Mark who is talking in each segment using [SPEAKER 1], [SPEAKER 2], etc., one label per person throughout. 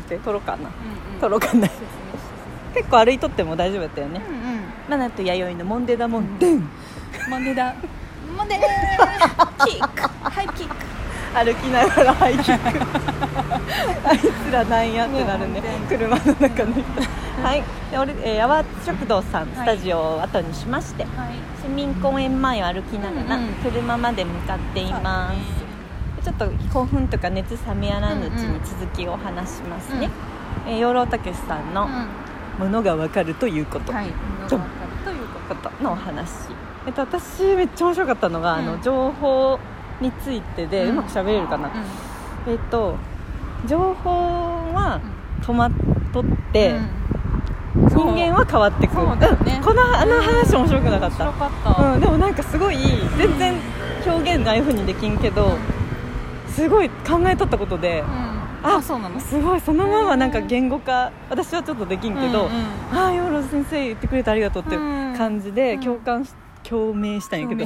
[SPEAKER 1] って取ろうかな
[SPEAKER 2] うんうん
[SPEAKER 1] 取ろうかな
[SPEAKER 2] そうです
[SPEAKER 1] 結構歩いとっても大丈夫だったよね
[SPEAKER 2] ねうんうん
[SPEAKER 1] マナと弥生のモンデダモンデン
[SPEAKER 2] モンデだモンデーキックハイキック
[SPEAKER 1] 歩きながらハイキックあいつらなんやってなるね
[SPEAKER 2] ね本当
[SPEAKER 1] 車の中の人はいで俺、えー、やわ食堂さん
[SPEAKER 2] い
[SPEAKER 1] スタジオを後にしまして、
[SPEAKER 2] はい
[SPEAKER 1] 市民公園前を歩きながら
[SPEAKER 2] うんうん
[SPEAKER 1] 車まで向かっています、ちょっと興奮とか熱冷めやらぬうち
[SPEAKER 2] うんう
[SPEAKER 1] に
[SPEAKER 2] ん
[SPEAKER 1] 続きを話します
[SPEAKER 2] うん
[SPEAKER 1] ね、えー養老たけしさん
[SPEAKER 2] う
[SPEAKER 1] の
[SPEAKER 2] ん
[SPEAKER 1] 「ものがわかるということ」
[SPEAKER 2] はい
[SPEAKER 1] ドン
[SPEAKER 2] わかるということ
[SPEAKER 1] ことのお話、えっと、私めっちゃ面白かったのが、
[SPEAKER 2] うん
[SPEAKER 1] あの情報についてで、う
[SPEAKER 2] うん
[SPEAKER 1] まく喋れるかな、
[SPEAKER 2] うん
[SPEAKER 1] えっと情報は
[SPEAKER 2] う
[SPEAKER 1] 止まっとって、
[SPEAKER 2] ん
[SPEAKER 1] 人間は変わってく
[SPEAKER 2] そうだよね
[SPEAKER 1] うんこのあの話面白くなかっ
[SPEAKER 2] 面白
[SPEAKER 1] た、
[SPEAKER 2] か
[SPEAKER 1] うん
[SPEAKER 2] っ
[SPEAKER 1] でもなんかすごい全然表現ああいうふうにできんけど、すごい考えとったことで
[SPEAKER 2] た、うん
[SPEAKER 1] あ
[SPEAKER 2] あそうなの
[SPEAKER 1] すごいそのままなんか言語化私はちょっとできんけど、ああ養老先生言ってくれてありがとうっていう感じで
[SPEAKER 2] うん
[SPEAKER 1] 共感し共鳴したんやけど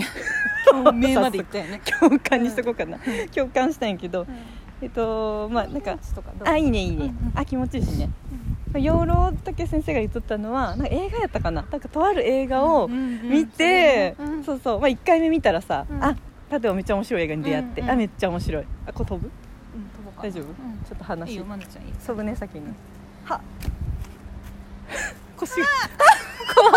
[SPEAKER 2] 共鳴までいったよね
[SPEAKER 1] 共感にしとこうかな、共感したんやけど、えっとまあなんかあ
[SPEAKER 2] い
[SPEAKER 1] いいねいいね、
[SPEAKER 2] うんうん
[SPEAKER 1] あ気持ちいいしね養老武先生が言っとったのはなんか映画やったかななんかとある映画を見て、そうそう、まあ、1回目見たらさ、
[SPEAKER 2] うん
[SPEAKER 1] あ例えばめっちゃ面白い映画に出会って、
[SPEAKER 2] うんうん
[SPEAKER 1] あめっちゃ面白いあこれ飛ぶ大丈夫、ちょっと
[SPEAKER 2] い
[SPEAKER 1] 話
[SPEAKER 2] いよまなちゃんいい
[SPEAKER 1] 飛ぶね先には 腰が怖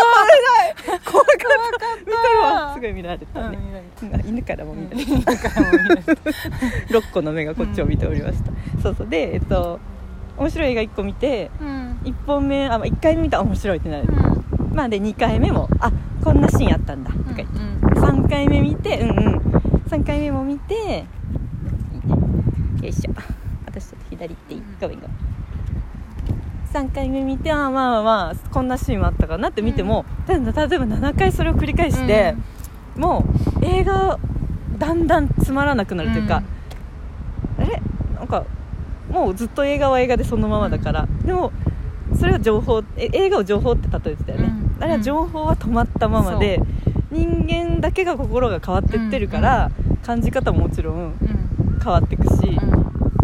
[SPEAKER 1] かった見たわすごい見られたね、うん犬からも見られた、6個の目がこっちを見ておりました、そうそうでえっと面白い映画1個見て1本目あまあ1回目見たら面白いってなる、まあで2回目もあこんなシーンあったんだとか言って、3回目見てうんうん3回目も見てよいしょ私ちょっと左行っていいごめんごめん3回目見てあーまあまあまあこんなシーンもあったかなって見ても、ただ例えば7回それを繰り返して、もう映画だんだんつまらなくなるというか、あれなんかもうずっと映画は映画でそのままだから、でもそれは情報え映画を情報って例えてたよね、
[SPEAKER 2] うん
[SPEAKER 1] あれは情報は止まったままで人間だけが心が変わってってるから、感じ方ももちろん変わってくし、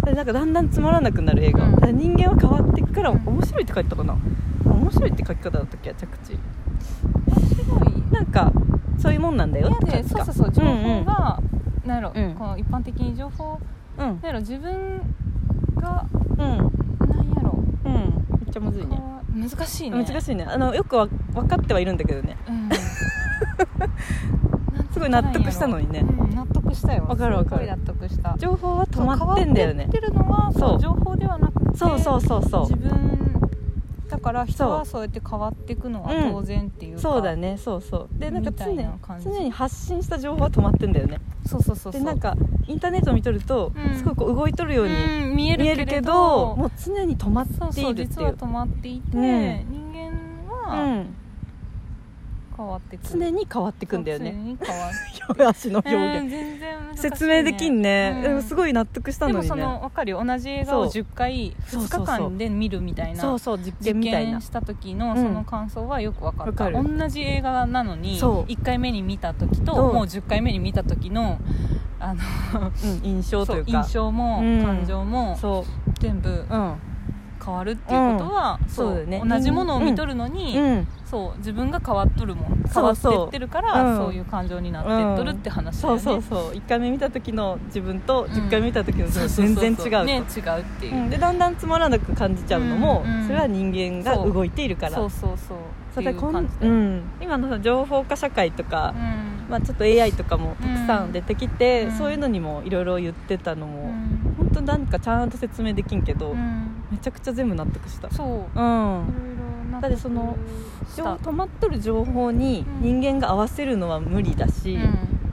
[SPEAKER 1] でなんかだんだんつまらなくなる映画、
[SPEAKER 2] うん
[SPEAKER 1] だから人間は変わっていくから
[SPEAKER 2] うん
[SPEAKER 1] 面白いって書いてたかな面白いって書き方だったっけ着地なんかそういうもんなんだよって書いて
[SPEAKER 2] そう
[SPEAKER 1] た
[SPEAKER 2] そうそう情報がなんやろこう一般的に情報
[SPEAKER 1] うん
[SPEAKER 2] なんやろ自分が
[SPEAKER 1] うん
[SPEAKER 2] なんやろ
[SPEAKER 1] うんめっちゃむずいね
[SPEAKER 2] 難しいね
[SPEAKER 1] 難しいねあのよくわ分かってはいるんだけどね
[SPEAKER 2] うん
[SPEAKER 1] すごい納得したのにね
[SPEAKER 2] うん納得したよ
[SPEAKER 1] わかるわかる
[SPEAKER 2] すごい納得した
[SPEAKER 1] 情報は止まってんだよね
[SPEAKER 2] そう変わってってるのは
[SPEAKER 1] そう
[SPEAKER 2] そう情報ではなくて
[SPEAKER 1] そうそうそうそ
[SPEAKER 2] 自分だから人はそうやって変わっていくのは当然っていう
[SPEAKER 1] う
[SPEAKER 2] か
[SPEAKER 1] そうだねそうそうでなんか常
[SPEAKER 2] み
[SPEAKER 1] に
[SPEAKER 2] たいな感じ
[SPEAKER 1] 常に発信した情報は止まってんだよね
[SPEAKER 2] そうそうそうそう
[SPEAKER 1] でなんかインターネットを見とると、
[SPEAKER 2] うん
[SPEAKER 1] すごいこう動いとるように
[SPEAKER 2] うん見え
[SPEAKER 1] 見え
[SPEAKER 2] る
[SPEAKER 1] る
[SPEAKER 2] け
[SPEAKER 1] け
[SPEAKER 2] れ
[SPEAKER 1] ど、
[SPEAKER 2] ど
[SPEAKER 1] もう常に止まって
[SPEAKER 2] そうそ
[SPEAKER 1] いうるって
[SPEAKER 2] 実
[SPEAKER 1] い
[SPEAKER 2] は
[SPEAKER 1] う
[SPEAKER 2] 止まっていて、
[SPEAKER 1] うん
[SPEAKER 2] 人間
[SPEAKER 1] う
[SPEAKER 2] は
[SPEAKER 1] ん、
[SPEAKER 2] 変わってくる
[SPEAKER 1] 常に変わっていくんだよね
[SPEAKER 2] そう常に変わ って
[SPEAKER 1] 足の表
[SPEAKER 2] うん
[SPEAKER 1] 現、
[SPEAKER 2] 全然難しい、ね、
[SPEAKER 1] 説明できんね、でもす
[SPEAKER 2] い
[SPEAKER 1] ごい納得した
[SPEAKER 2] で
[SPEAKER 1] の
[SPEAKER 2] も
[SPEAKER 1] に
[SPEAKER 2] そ
[SPEAKER 1] ね
[SPEAKER 2] の分かるよ同じ映画を
[SPEAKER 1] そう
[SPEAKER 2] 10回
[SPEAKER 1] そうそう
[SPEAKER 2] 2
[SPEAKER 1] そう
[SPEAKER 2] 日間で見るみたいな
[SPEAKER 1] そうそう実験
[SPEAKER 2] 実
[SPEAKER 1] みたいな
[SPEAKER 2] 験した時のその感想はよく分かっ
[SPEAKER 1] うん
[SPEAKER 2] た、
[SPEAKER 1] わか
[SPEAKER 2] 同じ映画なのに
[SPEAKER 1] そう
[SPEAKER 2] 1回目に見た時と
[SPEAKER 1] そう
[SPEAKER 2] もう10回目に見た時のあの
[SPEAKER 1] うん印象と
[SPEAKER 2] そ
[SPEAKER 1] いううか
[SPEAKER 2] 印象も
[SPEAKER 1] うん
[SPEAKER 2] 感情も
[SPEAKER 1] そ
[SPEAKER 2] 全部
[SPEAKER 1] ううん
[SPEAKER 2] 変わるっていうことは、
[SPEAKER 1] そうだよね
[SPEAKER 2] 同じものを見とるのに、
[SPEAKER 1] うん
[SPEAKER 2] そう自分が変わっとるもん変
[SPEAKER 1] そ
[SPEAKER 2] わ
[SPEAKER 1] う
[SPEAKER 2] っ
[SPEAKER 1] そう
[SPEAKER 2] てってるから
[SPEAKER 1] うん
[SPEAKER 2] そういう感情になってっとるって話だ
[SPEAKER 1] そ
[SPEAKER 2] よ
[SPEAKER 1] う
[SPEAKER 2] ね、
[SPEAKER 1] そうそう1回目見た時の自分と
[SPEAKER 2] うん
[SPEAKER 1] 10回目見た時の自
[SPEAKER 2] そう
[SPEAKER 1] 分
[SPEAKER 2] そうそう
[SPEAKER 1] 全然違うと、
[SPEAKER 2] ね違うっていうう、
[SPEAKER 1] んでだんだんつまらなく感じちゃうのも、
[SPEAKER 2] うんうん
[SPEAKER 1] それは人間が動いているから
[SPEAKER 2] そうそうそう
[SPEAKER 1] そう
[SPEAKER 2] ってい
[SPEAKER 1] だ
[SPEAKER 2] う
[SPEAKER 1] こん
[SPEAKER 2] 感じだ
[SPEAKER 1] う
[SPEAKER 2] よね
[SPEAKER 1] ん今のその情報化社会とか、
[SPEAKER 2] うん
[SPEAKER 1] まあ、ちょっと AI とかもたくさん出てきて、
[SPEAKER 2] うん
[SPEAKER 1] そういうのにもいろいろ言ってたのも、
[SPEAKER 2] うん
[SPEAKER 1] 本当なんかちゃんと説明できんけど、
[SPEAKER 2] うん
[SPEAKER 1] めちゃくちゃ全部納得した
[SPEAKER 2] そう
[SPEAKER 1] うん
[SPEAKER 2] だ
[SPEAKER 1] だってその情
[SPEAKER 2] うん
[SPEAKER 1] 止まっとる情報に
[SPEAKER 2] うん
[SPEAKER 1] 人間が合わせるのは無理だし、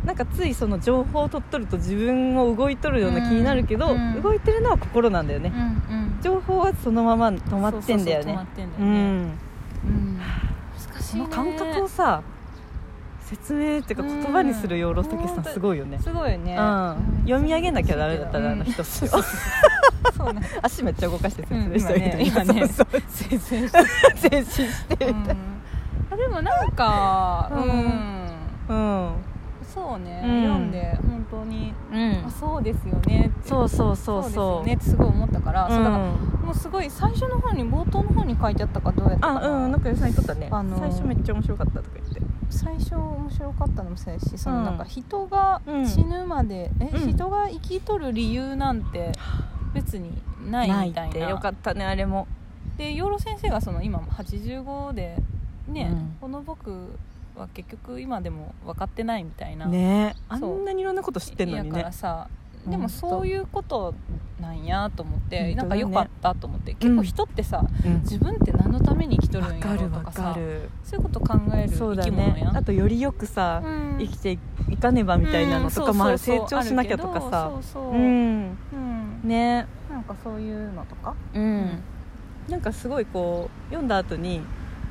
[SPEAKER 1] なんかついその情報を取っとると自分も動いとるような気になるけど、
[SPEAKER 2] うん
[SPEAKER 1] 動いてるのは心なんだよね、
[SPEAKER 2] うん
[SPEAKER 1] 情報はそのまま止まってんだよ
[SPEAKER 2] そうそうそう止ま
[SPEAKER 1] ね
[SPEAKER 2] ってんだ
[SPEAKER 1] う
[SPEAKER 2] よね
[SPEAKER 1] ん
[SPEAKER 2] うん難し
[SPEAKER 1] そ
[SPEAKER 2] いね
[SPEAKER 1] の感覚をさ説明っていうか言葉にする養老武さんすごいよね、
[SPEAKER 2] すごいよね
[SPEAKER 1] うん、読み上げなきゃダメだったらあの人っすよ
[SPEAKER 2] そうね
[SPEAKER 1] 足めっちゃ動かして説明してみたいな、
[SPEAKER 2] うん今ね
[SPEAKER 1] そうそう
[SPEAKER 2] 先生して
[SPEAKER 1] 前進してみたい
[SPEAKER 2] うんあでもなん か
[SPEAKER 1] う
[SPEAKER 2] うんん
[SPEAKER 1] うん、
[SPEAKER 2] そうね、
[SPEAKER 1] うん
[SPEAKER 2] 読んで本当に、
[SPEAKER 1] うん
[SPEAKER 2] あそうですよねって
[SPEAKER 1] そうそうそう
[SPEAKER 2] ですよ
[SPEAKER 1] そう
[SPEAKER 2] ねってすごい思ったから、そうだから
[SPEAKER 1] ん
[SPEAKER 2] もうすごい最初の方に冒頭の方に書いてあったかどうやったか
[SPEAKER 1] あ
[SPEAKER 2] な
[SPEAKER 1] うんなんか予算にとったね、
[SPEAKER 2] あのー
[SPEAKER 1] 最初めっちゃ面白かったとか言って
[SPEAKER 2] 最初面白かったのもそうやしそ
[SPEAKER 1] うん
[SPEAKER 2] のなんか人が
[SPEAKER 1] うん
[SPEAKER 2] 死ぬまで、え、
[SPEAKER 1] うん
[SPEAKER 2] 人が生きとる理由なんて別にないみたいな
[SPEAKER 1] ってよかったねあれも
[SPEAKER 2] で養老先生がその今も85でね、
[SPEAKER 1] うん
[SPEAKER 2] この僕は結局今でも分かってないみたいな、
[SPEAKER 1] ねあ
[SPEAKER 2] そうん
[SPEAKER 1] なにいろんなこと知ってんのに
[SPEAKER 2] やか
[SPEAKER 1] ね
[SPEAKER 2] らさ
[SPEAKER 1] ほんと
[SPEAKER 2] でもそういうことなんやと思って、
[SPEAKER 1] ほんとだね
[SPEAKER 2] なんか良かったと思って結構人ってさ、
[SPEAKER 1] うん
[SPEAKER 2] 自分って何のために生きと
[SPEAKER 1] わ
[SPEAKER 2] るん
[SPEAKER 1] か
[SPEAKER 2] やろう
[SPEAKER 1] る
[SPEAKER 2] と
[SPEAKER 1] わ
[SPEAKER 2] か
[SPEAKER 1] か
[SPEAKER 2] さ
[SPEAKER 1] る
[SPEAKER 2] そういうこと考える
[SPEAKER 1] そう
[SPEAKER 2] 生
[SPEAKER 1] だ
[SPEAKER 2] き物
[SPEAKER 1] ね
[SPEAKER 2] やん
[SPEAKER 1] あとよりよくさ、
[SPEAKER 2] うん
[SPEAKER 1] 生きていかねばみたいなのとかもある、
[SPEAKER 2] うんそうそう
[SPEAKER 1] 成
[SPEAKER 2] そう
[SPEAKER 1] 長しなきゃとか
[SPEAKER 2] あ
[SPEAKER 1] さ
[SPEAKER 2] るけどそうそうう、うん
[SPEAKER 1] んね
[SPEAKER 2] なんかそういうのとか
[SPEAKER 1] うんなんかすごいこう読んだ後に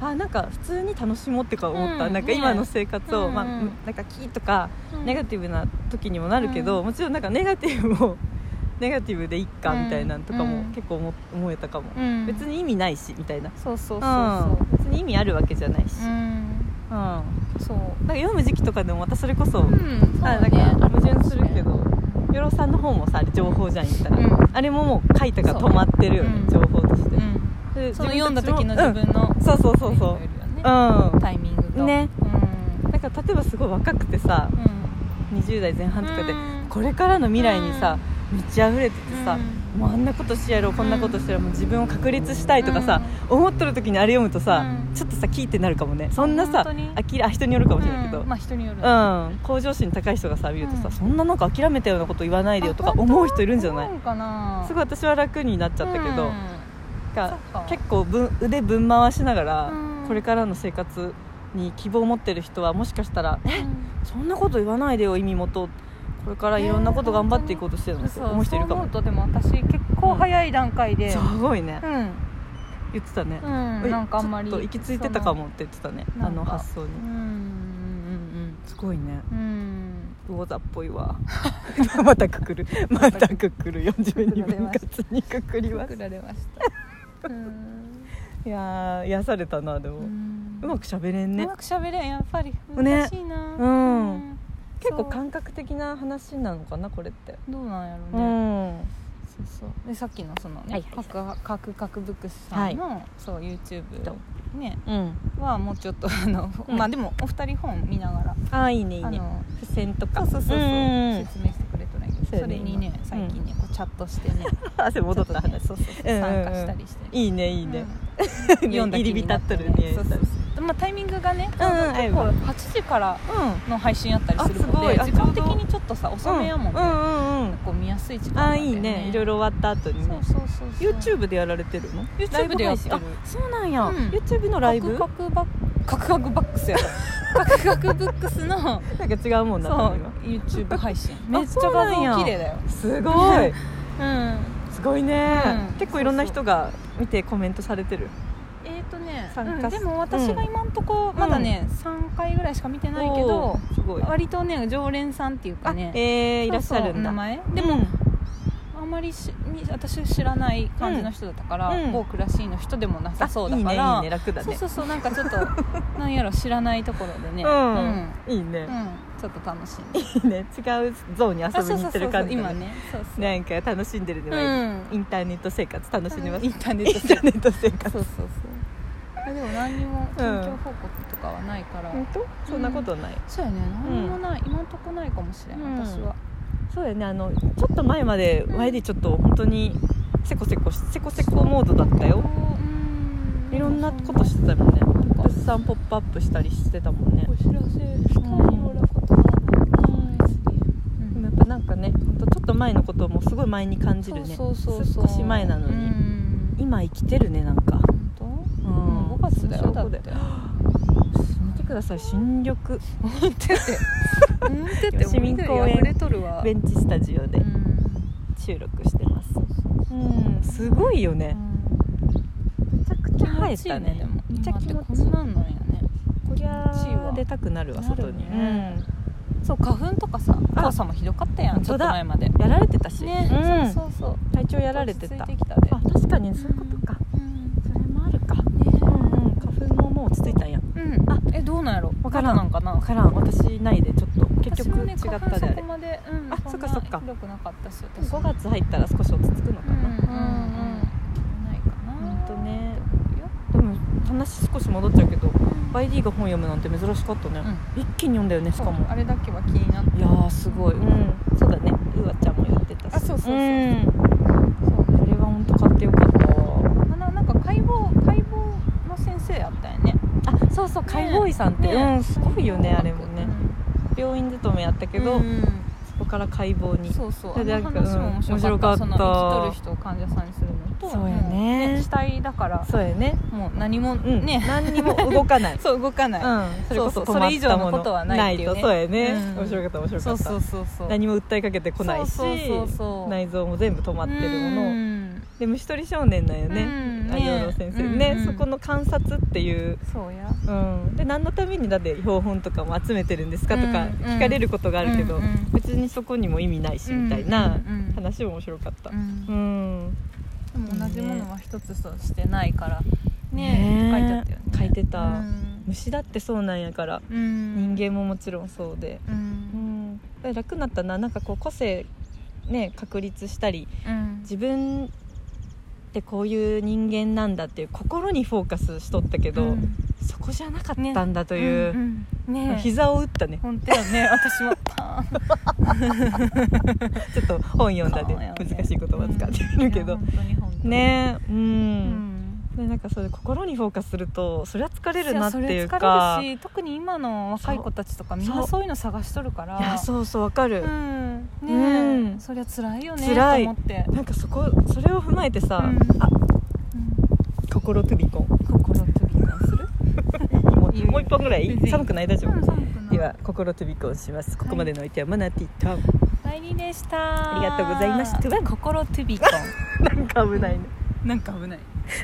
[SPEAKER 1] あなんか普通に楽しもうってか思った、
[SPEAKER 2] うん
[SPEAKER 1] なんか今の生活を、
[SPEAKER 2] ね
[SPEAKER 1] まあ、
[SPEAKER 2] うんうん
[SPEAKER 1] なんかキーとかネガ
[SPEAKER 2] テ
[SPEAKER 1] ティブな時にもなるけど、
[SPEAKER 2] うん
[SPEAKER 1] もちろんなんかネガティブも ネガティブでいっかみたいなのとか
[SPEAKER 2] う
[SPEAKER 1] も
[SPEAKER 2] ん
[SPEAKER 1] 結構思思えたかも、
[SPEAKER 2] ィブ
[SPEAKER 1] 別に意味ないしみたいな、
[SPEAKER 2] そうそうそうそう、
[SPEAKER 1] うん、別に意味あるわけじゃないし、う
[SPEAKER 2] う
[SPEAKER 1] ん
[SPEAKER 2] ん
[SPEAKER 1] なん
[SPEAKER 2] そう
[SPEAKER 1] か読む時期とかでもまたそれこそ、
[SPEAKER 2] うんそう
[SPEAKER 1] あ
[SPEAKER 2] だ
[SPEAKER 1] なん
[SPEAKER 2] ね
[SPEAKER 1] か矛盾するけど
[SPEAKER 2] う
[SPEAKER 1] よろさんの方もさあれ情報じゃん言ったら、
[SPEAKER 2] うん
[SPEAKER 1] あれももう書いたから
[SPEAKER 2] そう
[SPEAKER 1] 止まってるよね、
[SPEAKER 2] うん
[SPEAKER 1] 情報として、
[SPEAKER 2] ん
[SPEAKER 1] で
[SPEAKER 2] その
[SPEAKER 1] 自
[SPEAKER 2] 読
[SPEAKER 1] 分
[SPEAKER 2] んだ
[SPEAKER 1] たちも
[SPEAKER 2] 時の自分の、
[SPEAKER 1] うんそうそうそうそう
[SPEAKER 2] ね
[SPEAKER 1] うん、な
[SPEAKER 2] タイミングと
[SPEAKER 1] ね
[SPEAKER 2] うん
[SPEAKER 1] んか例えばすごい若くてさ20代前半とかで、
[SPEAKER 2] うん
[SPEAKER 1] これからの未来にさ、満ち溢れててさ、もうあんなことしてやろうこんなことしてやろうもう自分を確立したいとかさ、思っとる時にあれ読むとさ、
[SPEAKER 2] うん
[SPEAKER 1] ちょっとさキーってなるかもねそんなさ
[SPEAKER 2] 本当に
[SPEAKER 1] あきらあ人によるか
[SPEAKER 2] か
[SPEAKER 1] もしれないけど、
[SPEAKER 2] まあ人による
[SPEAKER 1] うん、向上心高い人がさ見るとさ、
[SPEAKER 2] うん
[SPEAKER 1] そんななんか諦めたようなこと言わないでよとか
[SPEAKER 2] あ本当
[SPEAKER 1] 思う人いるんじゃない
[SPEAKER 2] 思うかな
[SPEAKER 1] すごい私は楽になっちゃったけど、
[SPEAKER 2] うん
[SPEAKER 1] が
[SPEAKER 2] そっか
[SPEAKER 1] 結構ぶん腕ぶん回しながら、
[SPEAKER 2] うん
[SPEAKER 1] これからの生活に希望を持ってる人はもしかしたら「えそんなこと言わないでよ意味元これからいろんなこと頑張っていこうとしてるの」って
[SPEAKER 2] そう
[SPEAKER 1] 思う人いるか
[SPEAKER 2] そう
[SPEAKER 1] も
[SPEAKER 2] 思うとでも私結構早い段階です
[SPEAKER 1] ごいね
[SPEAKER 2] うんうん、
[SPEAKER 1] 言ってたね、え
[SPEAKER 2] なんかあんまり
[SPEAKER 1] ちょっと行き着いてたかもって言ってたね
[SPEAKER 2] その
[SPEAKER 1] あの
[SPEAKER 2] なんか
[SPEAKER 1] 発想に
[SPEAKER 2] そのうん
[SPEAKER 1] すごいね
[SPEAKER 2] うんうんうん
[SPEAKER 1] 魚座っぽい わまたくくるまたくくる42分割にくくり
[SPEAKER 2] うん
[SPEAKER 1] ま
[SPEAKER 2] 作
[SPEAKER 1] す
[SPEAKER 2] られま したうん
[SPEAKER 1] いやー癒されたなでも、う
[SPEAKER 2] うん
[SPEAKER 1] まく喋れん
[SPEAKER 2] う
[SPEAKER 1] ね
[SPEAKER 2] まく喋れんやっぱり
[SPEAKER 1] ね
[SPEAKER 2] 難しいな、
[SPEAKER 1] うん結
[SPEAKER 2] 結
[SPEAKER 1] 構
[SPEAKER 2] 構
[SPEAKER 1] 感覚的な話なのかなこれって
[SPEAKER 2] どうなんや
[SPEAKER 1] う
[SPEAKER 2] ろうね、
[SPEAKER 1] ん
[SPEAKER 2] そうそうでさっきのその
[SPEAKER 1] は
[SPEAKER 2] ね
[SPEAKER 1] いはいはい
[SPEAKER 2] カクカクカクブックスさんの、そう YouTube
[SPEAKER 1] と
[SPEAKER 2] ね
[SPEAKER 1] うん
[SPEAKER 2] はもうちょっとあの、
[SPEAKER 1] うん
[SPEAKER 2] まあでもお二人本見ながら
[SPEAKER 1] あーいいねいい
[SPEAKER 2] あ
[SPEAKER 1] ね
[SPEAKER 2] の
[SPEAKER 1] 付箋と
[SPEAKER 2] そ
[SPEAKER 1] か
[SPEAKER 2] うそうそうそう、
[SPEAKER 1] んん
[SPEAKER 2] 説明してくれとないけど
[SPEAKER 1] そうや
[SPEAKER 2] そ
[SPEAKER 1] ね
[SPEAKER 2] れにね
[SPEAKER 1] 今
[SPEAKER 2] 最近ね、こうチャットしてね
[SPEAKER 1] 汗戻った
[SPEAKER 2] ちょとね
[SPEAKER 1] 話
[SPEAKER 2] そうそうそう
[SPEAKER 1] うんうんうん
[SPEAKER 2] 参加したりして、
[SPEAKER 1] いいねいいね、
[SPEAKER 2] うん読んだ気
[SPEAKER 1] 入り
[SPEAKER 2] に
[SPEAKER 1] 浸
[SPEAKER 2] な
[SPEAKER 1] っと
[SPEAKER 2] て
[SPEAKER 1] るね
[SPEAKER 2] そうそうそうまあタイミングがね、
[SPEAKER 1] うんうん
[SPEAKER 2] あの結構8時から
[SPEAKER 1] う
[SPEAKER 2] の配信やったりする
[SPEAKER 1] あす
[SPEAKER 2] の
[SPEAKER 1] ご
[SPEAKER 2] で
[SPEAKER 1] いあ
[SPEAKER 2] 時間
[SPEAKER 1] ち
[SPEAKER 2] 的
[SPEAKER 1] ょうど
[SPEAKER 2] にちょっとさ遅めやもんね、
[SPEAKER 1] うんうんうん
[SPEAKER 2] 結構見やすい時間
[SPEAKER 1] あ
[SPEAKER 2] な
[SPEAKER 1] ー
[SPEAKER 2] んだよ
[SPEAKER 1] いいねいろいろ終わった後に
[SPEAKER 2] そ
[SPEAKER 1] ね
[SPEAKER 2] うそうそうそう
[SPEAKER 1] YouTube でやられてるの
[SPEAKER 2] YouTube でやってる
[SPEAKER 1] ライブ配信あそうなんや、
[SPEAKER 2] うん
[SPEAKER 1] YouTube のライブ
[SPEAKER 2] カクカクバッカクカクバックスやったカクカクブックスの
[SPEAKER 1] なんか違うもん
[SPEAKER 2] そ
[SPEAKER 1] な
[SPEAKER 2] う
[SPEAKER 1] 多分今
[SPEAKER 2] YouTube 配信
[SPEAKER 1] あ
[SPEAKER 2] めっちゃ
[SPEAKER 1] そうなんや
[SPEAKER 2] 画像綺麗だよ
[SPEAKER 1] すごい
[SPEAKER 2] うん
[SPEAKER 1] すごいね、
[SPEAKER 2] うん
[SPEAKER 1] 結構いろんな人が見てコメントされてる
[SPEAKER 2] えっ、とね
[SPEAKER 1] 参加
[SPEAKER 2] うんでも私が今んとこまだね、3回ぐらいしか見てないけ
[SPEAKER 1] お
[SPEAKER 2] ど
[SPEAKER 1] ーすごい
[SPEAKER 2] 割とね常連さんっていうかね
[SPEAKER 1] えー、いらっしゃるんだ
[SPEAKER 2] そうそう名前でも、あんまりしに私知らない感じの人だったから、
[SPEAKER 1] うん
[SPEAKER 2] 某クラシーの人でもなさそうだから
[SPEAKER 1] いいねいいね楽だね
[SPEAKER 2] そうそうそうなんかち ょっとなんやろ知らないところでね
[SPEAKER 1] うん、
[SPEAKER 2] うん
[SPEAKER 1] いいね
[SPEAKER 2] う、んちょっと楽しんで
[SPEAKER 1] いいね違うゾーンに遊びに行ってる感じだ
[SPEAKER 2] 今
[SPEAKER 1] ね
[SPEAKER 2] ねそうそう
[SPEAKER 1] なんか楽しんでるで
[SPEAKER 2] う
[SPEAKER 1] もいい、
[SPEAKER 2] ん
[SPEAKER 1] インターネット生活楽しんでます、
[SPEAKER 2] インターネ
[SPEAKER 1] イ
[SPEAKER 2] ッ
[SPEAKER 1] ン
[SPEAKER 2] ト
[SPEAKER 1] ターネット生活
[SPEAKER 2] そうそうそうあでも何にも近況報告とかはないから、
[SPEAKER 1] 本当そんなことない、
[SPEAKER 2] そうやね何にもない、今んとこないかもしれん、
[SPEAKER 1] うん
[SPEAKER 2] 私は
[SPEAKER 1] そうやねあのちょっと前まで YD ちょっと本当にせこせこしせこせこモードだったよ
[SPEAKER 2] うん
[SPEAKER 1] いろんなことしてたもんね
[SPEAKER 2] なんか
[SPEAKER 1] 物産ポップアップしたりしてたもんね
[SPEAKER 2] お知らせしたいようなことはないかな別に
[SPEAKER 1] でもやっぱなんかねほんとちょっと前のことをもうすごい前に感じるね
[SPEAKER 2] そうそうそうそう
[SPEAKER 1] 少し前なのに
[SPEAKER 2] うん
[SPEAKER 1] 今生きてるねなんか
[SPEAKER 2] 本当もう5月だよだって
[SPEAKER 1] 見てください新緑
[SPEAKER 2] うんってて うんってて
[SPEAKER 1] 市民公園
[SPEAKER 2] 溢れとるわ
[SPEAKER 1] ベンチスタジオで
[SPEAKER 2] うん
[SPEAKER 1] 収録してますうんすごいよねめちゃくちゃ生えたね
[SPEAKER 2] でも
[SPEAKER 1] めっちゃ気持
[SPEAKER 2] 今って
[SPEAKER 1] ちい
[SPEAKER 2] こ
[SPEAKER 1] い
[SPEAKER 2] んなんなんやね
[SPEAKER 1] こり
[SPEAKER 2] 気持ちいい
[SPEAKER 1] ゃ
[SPEAKER 2] わ
[SPEAKER 1] 出たくなるわ
[SPEAKER 2] なる
[SPEAKER 1] 外に
[SPEAKER 2] ねそう花粉とかさ
[SPEAKER 1] あ
[SPEAKER 2] 黄砂もひどかったやん
[SPEAKER 1] 本
[SPEAKER 2] ちょ
[SPEAKER 1] 当
[SPEAKER 2] っと
[SPEAKER 1] だ
[SPEAKER 2] 前まで
[SPEAKER 1] うんやられてたしう
[SPEAKER 2] ね
[SPEAKER 1] ん
[SPEAKER 2] そうそうそう
[SPEAKER 1] 体調やられてた
[SPEAKER 2] 落ち着いてきたで
[SPEAKER 1] あ確かにそういうことか
[SPEAKER 2] うん
[SPEAKER 1] それもあるか
[SPEAKER 2] ね
[SPEAKER 1] うんうん花粉ももう落ち着いたんや
[SPEAKER 2] うんあえどうなんやろ
[SPEAKER 1] わからん
[SPEAKER 2] まだなんかな
[SPEAKER 1] 分からん私ないでちょっとこ結局違ったであれ、
[SPEAKER 2] まで、うん、
[SPEAKER 1] あそっかそっか
[SPEAKER 2] ひどくなかったし私
[SPEAKER 1] 5月入ったら少し落ち着くのか
[SPEAKER 2] うんう
[SPEAKER 1] な
[SPEAKER 2] んうんないかな
[SPEAKER 1] ほんとねでも話少し戻っちゃうけどバイディが本読むなんて珍しかったね、一気に読んだよねし
[SPEAKER 2] し
[SPEAKER 1] か
[SPEAKER 2] か
[SPEAKER 1] も
[SPEAKER 2] もあれだけは気になって
[SPEAKER 1] いやーすごい、うん、そうだねうわちゃんも言ってたし
[SPEAKER 2] あそうそうそう
[SPEAKER 1] うんこれは本当買ってよかったわ
[SPEAKER 2] あのなんか解剖解剖の先生やったよね
[SPEAKER 1] あそうそう介護医さんって、
[SPEAKER 2] ね
[SPEAKER 1] うんすごいよねあれもね、病院勤めやったけ
[SPEAKER 2] け
[SPEAKER 1] ど、
[SPEAKER 2] ど、
[SPEAKER 1] そこから解剖に
[SPEAKER 2] そうそうあ
[SPEAKER 1] で
[SPEAKER 2] の
[SPEAKER 1] なんか
[SPEAKER 2] 話も面
[SPEAKER 1] うん
[SPEAKER 2] 白かった,、
[SPEAKER 1] 面白かった
[SPEAKER 2] その生きとる人を患者さんにするのと
[SPEAKER 1] そうやね
[SPEAKER 2] うん死体だから
[SPEAKER 1] そうやね
[SPEAKER 2] もう何も
[SPEAKER 1] うん、
[SPEAKER 2] ね、
[SPEAKER 1] 何にも動かない
[SPEAKER 2] そう動かない、
[SPEAKER 1] うん、それこそ
[SPEAKER 2] そうそう
[SPEAKER 1] 止まったもの
[SPEAKER 2] それ以上のことはないっていうね
[SPEAKER 1] とそうやね、
[SPEAKER 2] うん
[SPEAKER 1] 面白かった面白か
[SPEAKER 2] そ
[SPEAKER 1] っ
[SPEAKER 2] う
[SPEAKER 1] た
[SPEAKER 2] そうそうそう
[SPEAKER 1] 何も訴えかけてこないし
[SPEAKER 2] そうそうそうそう
[SPEAKER 1] 内臓も全部止まってるもの、
[SPEAKER 2] うん
[SPEAKER 1] で虫取り少年なんよね、
[SPEAKER 2] うん
[SPEAKER 1] あ
[SPEAKER 2] ね
[SPEAKER 1] 養老先生ね、
[SPEAKER 2] うんうん
[SPEAKER 1] そこの観察っていう、
[SPEAKER 2] そうや
[SPEAKER 1] うん、で何のためにだって標本とかも集めてるんですかとか
[SPEAKER 2] うん
[SPEAKER 1] 聞かれることがあるけど、
[SPEAKER 2] うんうん
[SPEAKER 1] 別にそこにも意味ないしみたいな
[SPEAKER 2] うんうんうん
[SPEAKER 1] 話も面白かった
[SPEAKER 2] う、ん
[SPEAKER 1] うん
[SPEAKER 2] でも同じものは一つとしてないから
[SPEAKER 1] ね
[SPEAKER 2] ね書いてあったよね
[SPEAKER 1] 書いてた
[SPEAKER 2] うん
[SPEAKER 1] 虫だってそうなんやから
[SPEAKER 2] うん
[SPEAKER 1] 人間ももちろんそうで、
[SPEAKER 2] う
[SPEAKER 1] うんん、だから楽になったななんかこう個性ね確立したり
[SPEAKER 2] うん
[SPEAKER 1] 自分ってこういう人間なんだっていう心にフォーカスしとったけど、
[SPEAKER 2] うん
[SPEAKER 1] そこじゃなかったんだという、
[SPEAKER 2] んうんね
[SPEAKER 1] 膝を打ったね
[SPEAKER 2] 本当よ ね私もパーン
[SPEAKER 1] ちょっと本読んだで
[SPEAKER 2] そうよね
[SPEAKER 1] 難しい言葉使ってるけど
[SPEAKER 2] いや本当に本当に
[SPEAKER 1] ねう、
[SPEAKER 2] うんん
[SPEAKER 1] でなんかそれ心にフォーカスするとそりゃ疲れるなって
[SPEAKER 2] い
[SPEAKER 1] いう
[SPEAKER 2] やそれ
[SPEAKER 1] か
[SPEAKER 2] 疲れるし特に今の若い子たちとかみん
[SPEAKER 1] そ
[SPEAKER 2] な
[SPEAKER 1] う
[SPEAKER 2] そういうの探しとるから
[SPEAKER 1] いやそうそうわかる
[SPEAKER 2] う、んね
[SPEAKER 1] うん
[SPEAKER 2] そりゃ辛いよね
[SPEAKER 1] 辛い
[SPEAKER 2] と思って
[SPEAKER 1] なんかそこそれを踏まえてさ、
[SPEAKER 2] うん
[SPEAKER 1] あ
[SPEAKER 2] うん
[SPEAKER 1] 心飛び込ん
[SPEAKER 2] 心飛び込みする
[SPEAKER 1] も
[SPEAKER 2] いいよ
[SPEAKER 1] うもう一本ぐらい
[SPEAKER 2] 全然いい
[SPEAKER 1] 寒くない大丈夫、
[SPEAKER 2] 寒くない
[SPEAKER 1] では心飛び込んしますここまでのお相手はマナティ と、
[SPEAKER 2] ライリーでした
[SPEAKER 1] ありがとうございました
[SPEAKER 2] 心トゥビコン
[SPEAKER 1] なんか危ないね
[SPEAKER 2] なんか危ない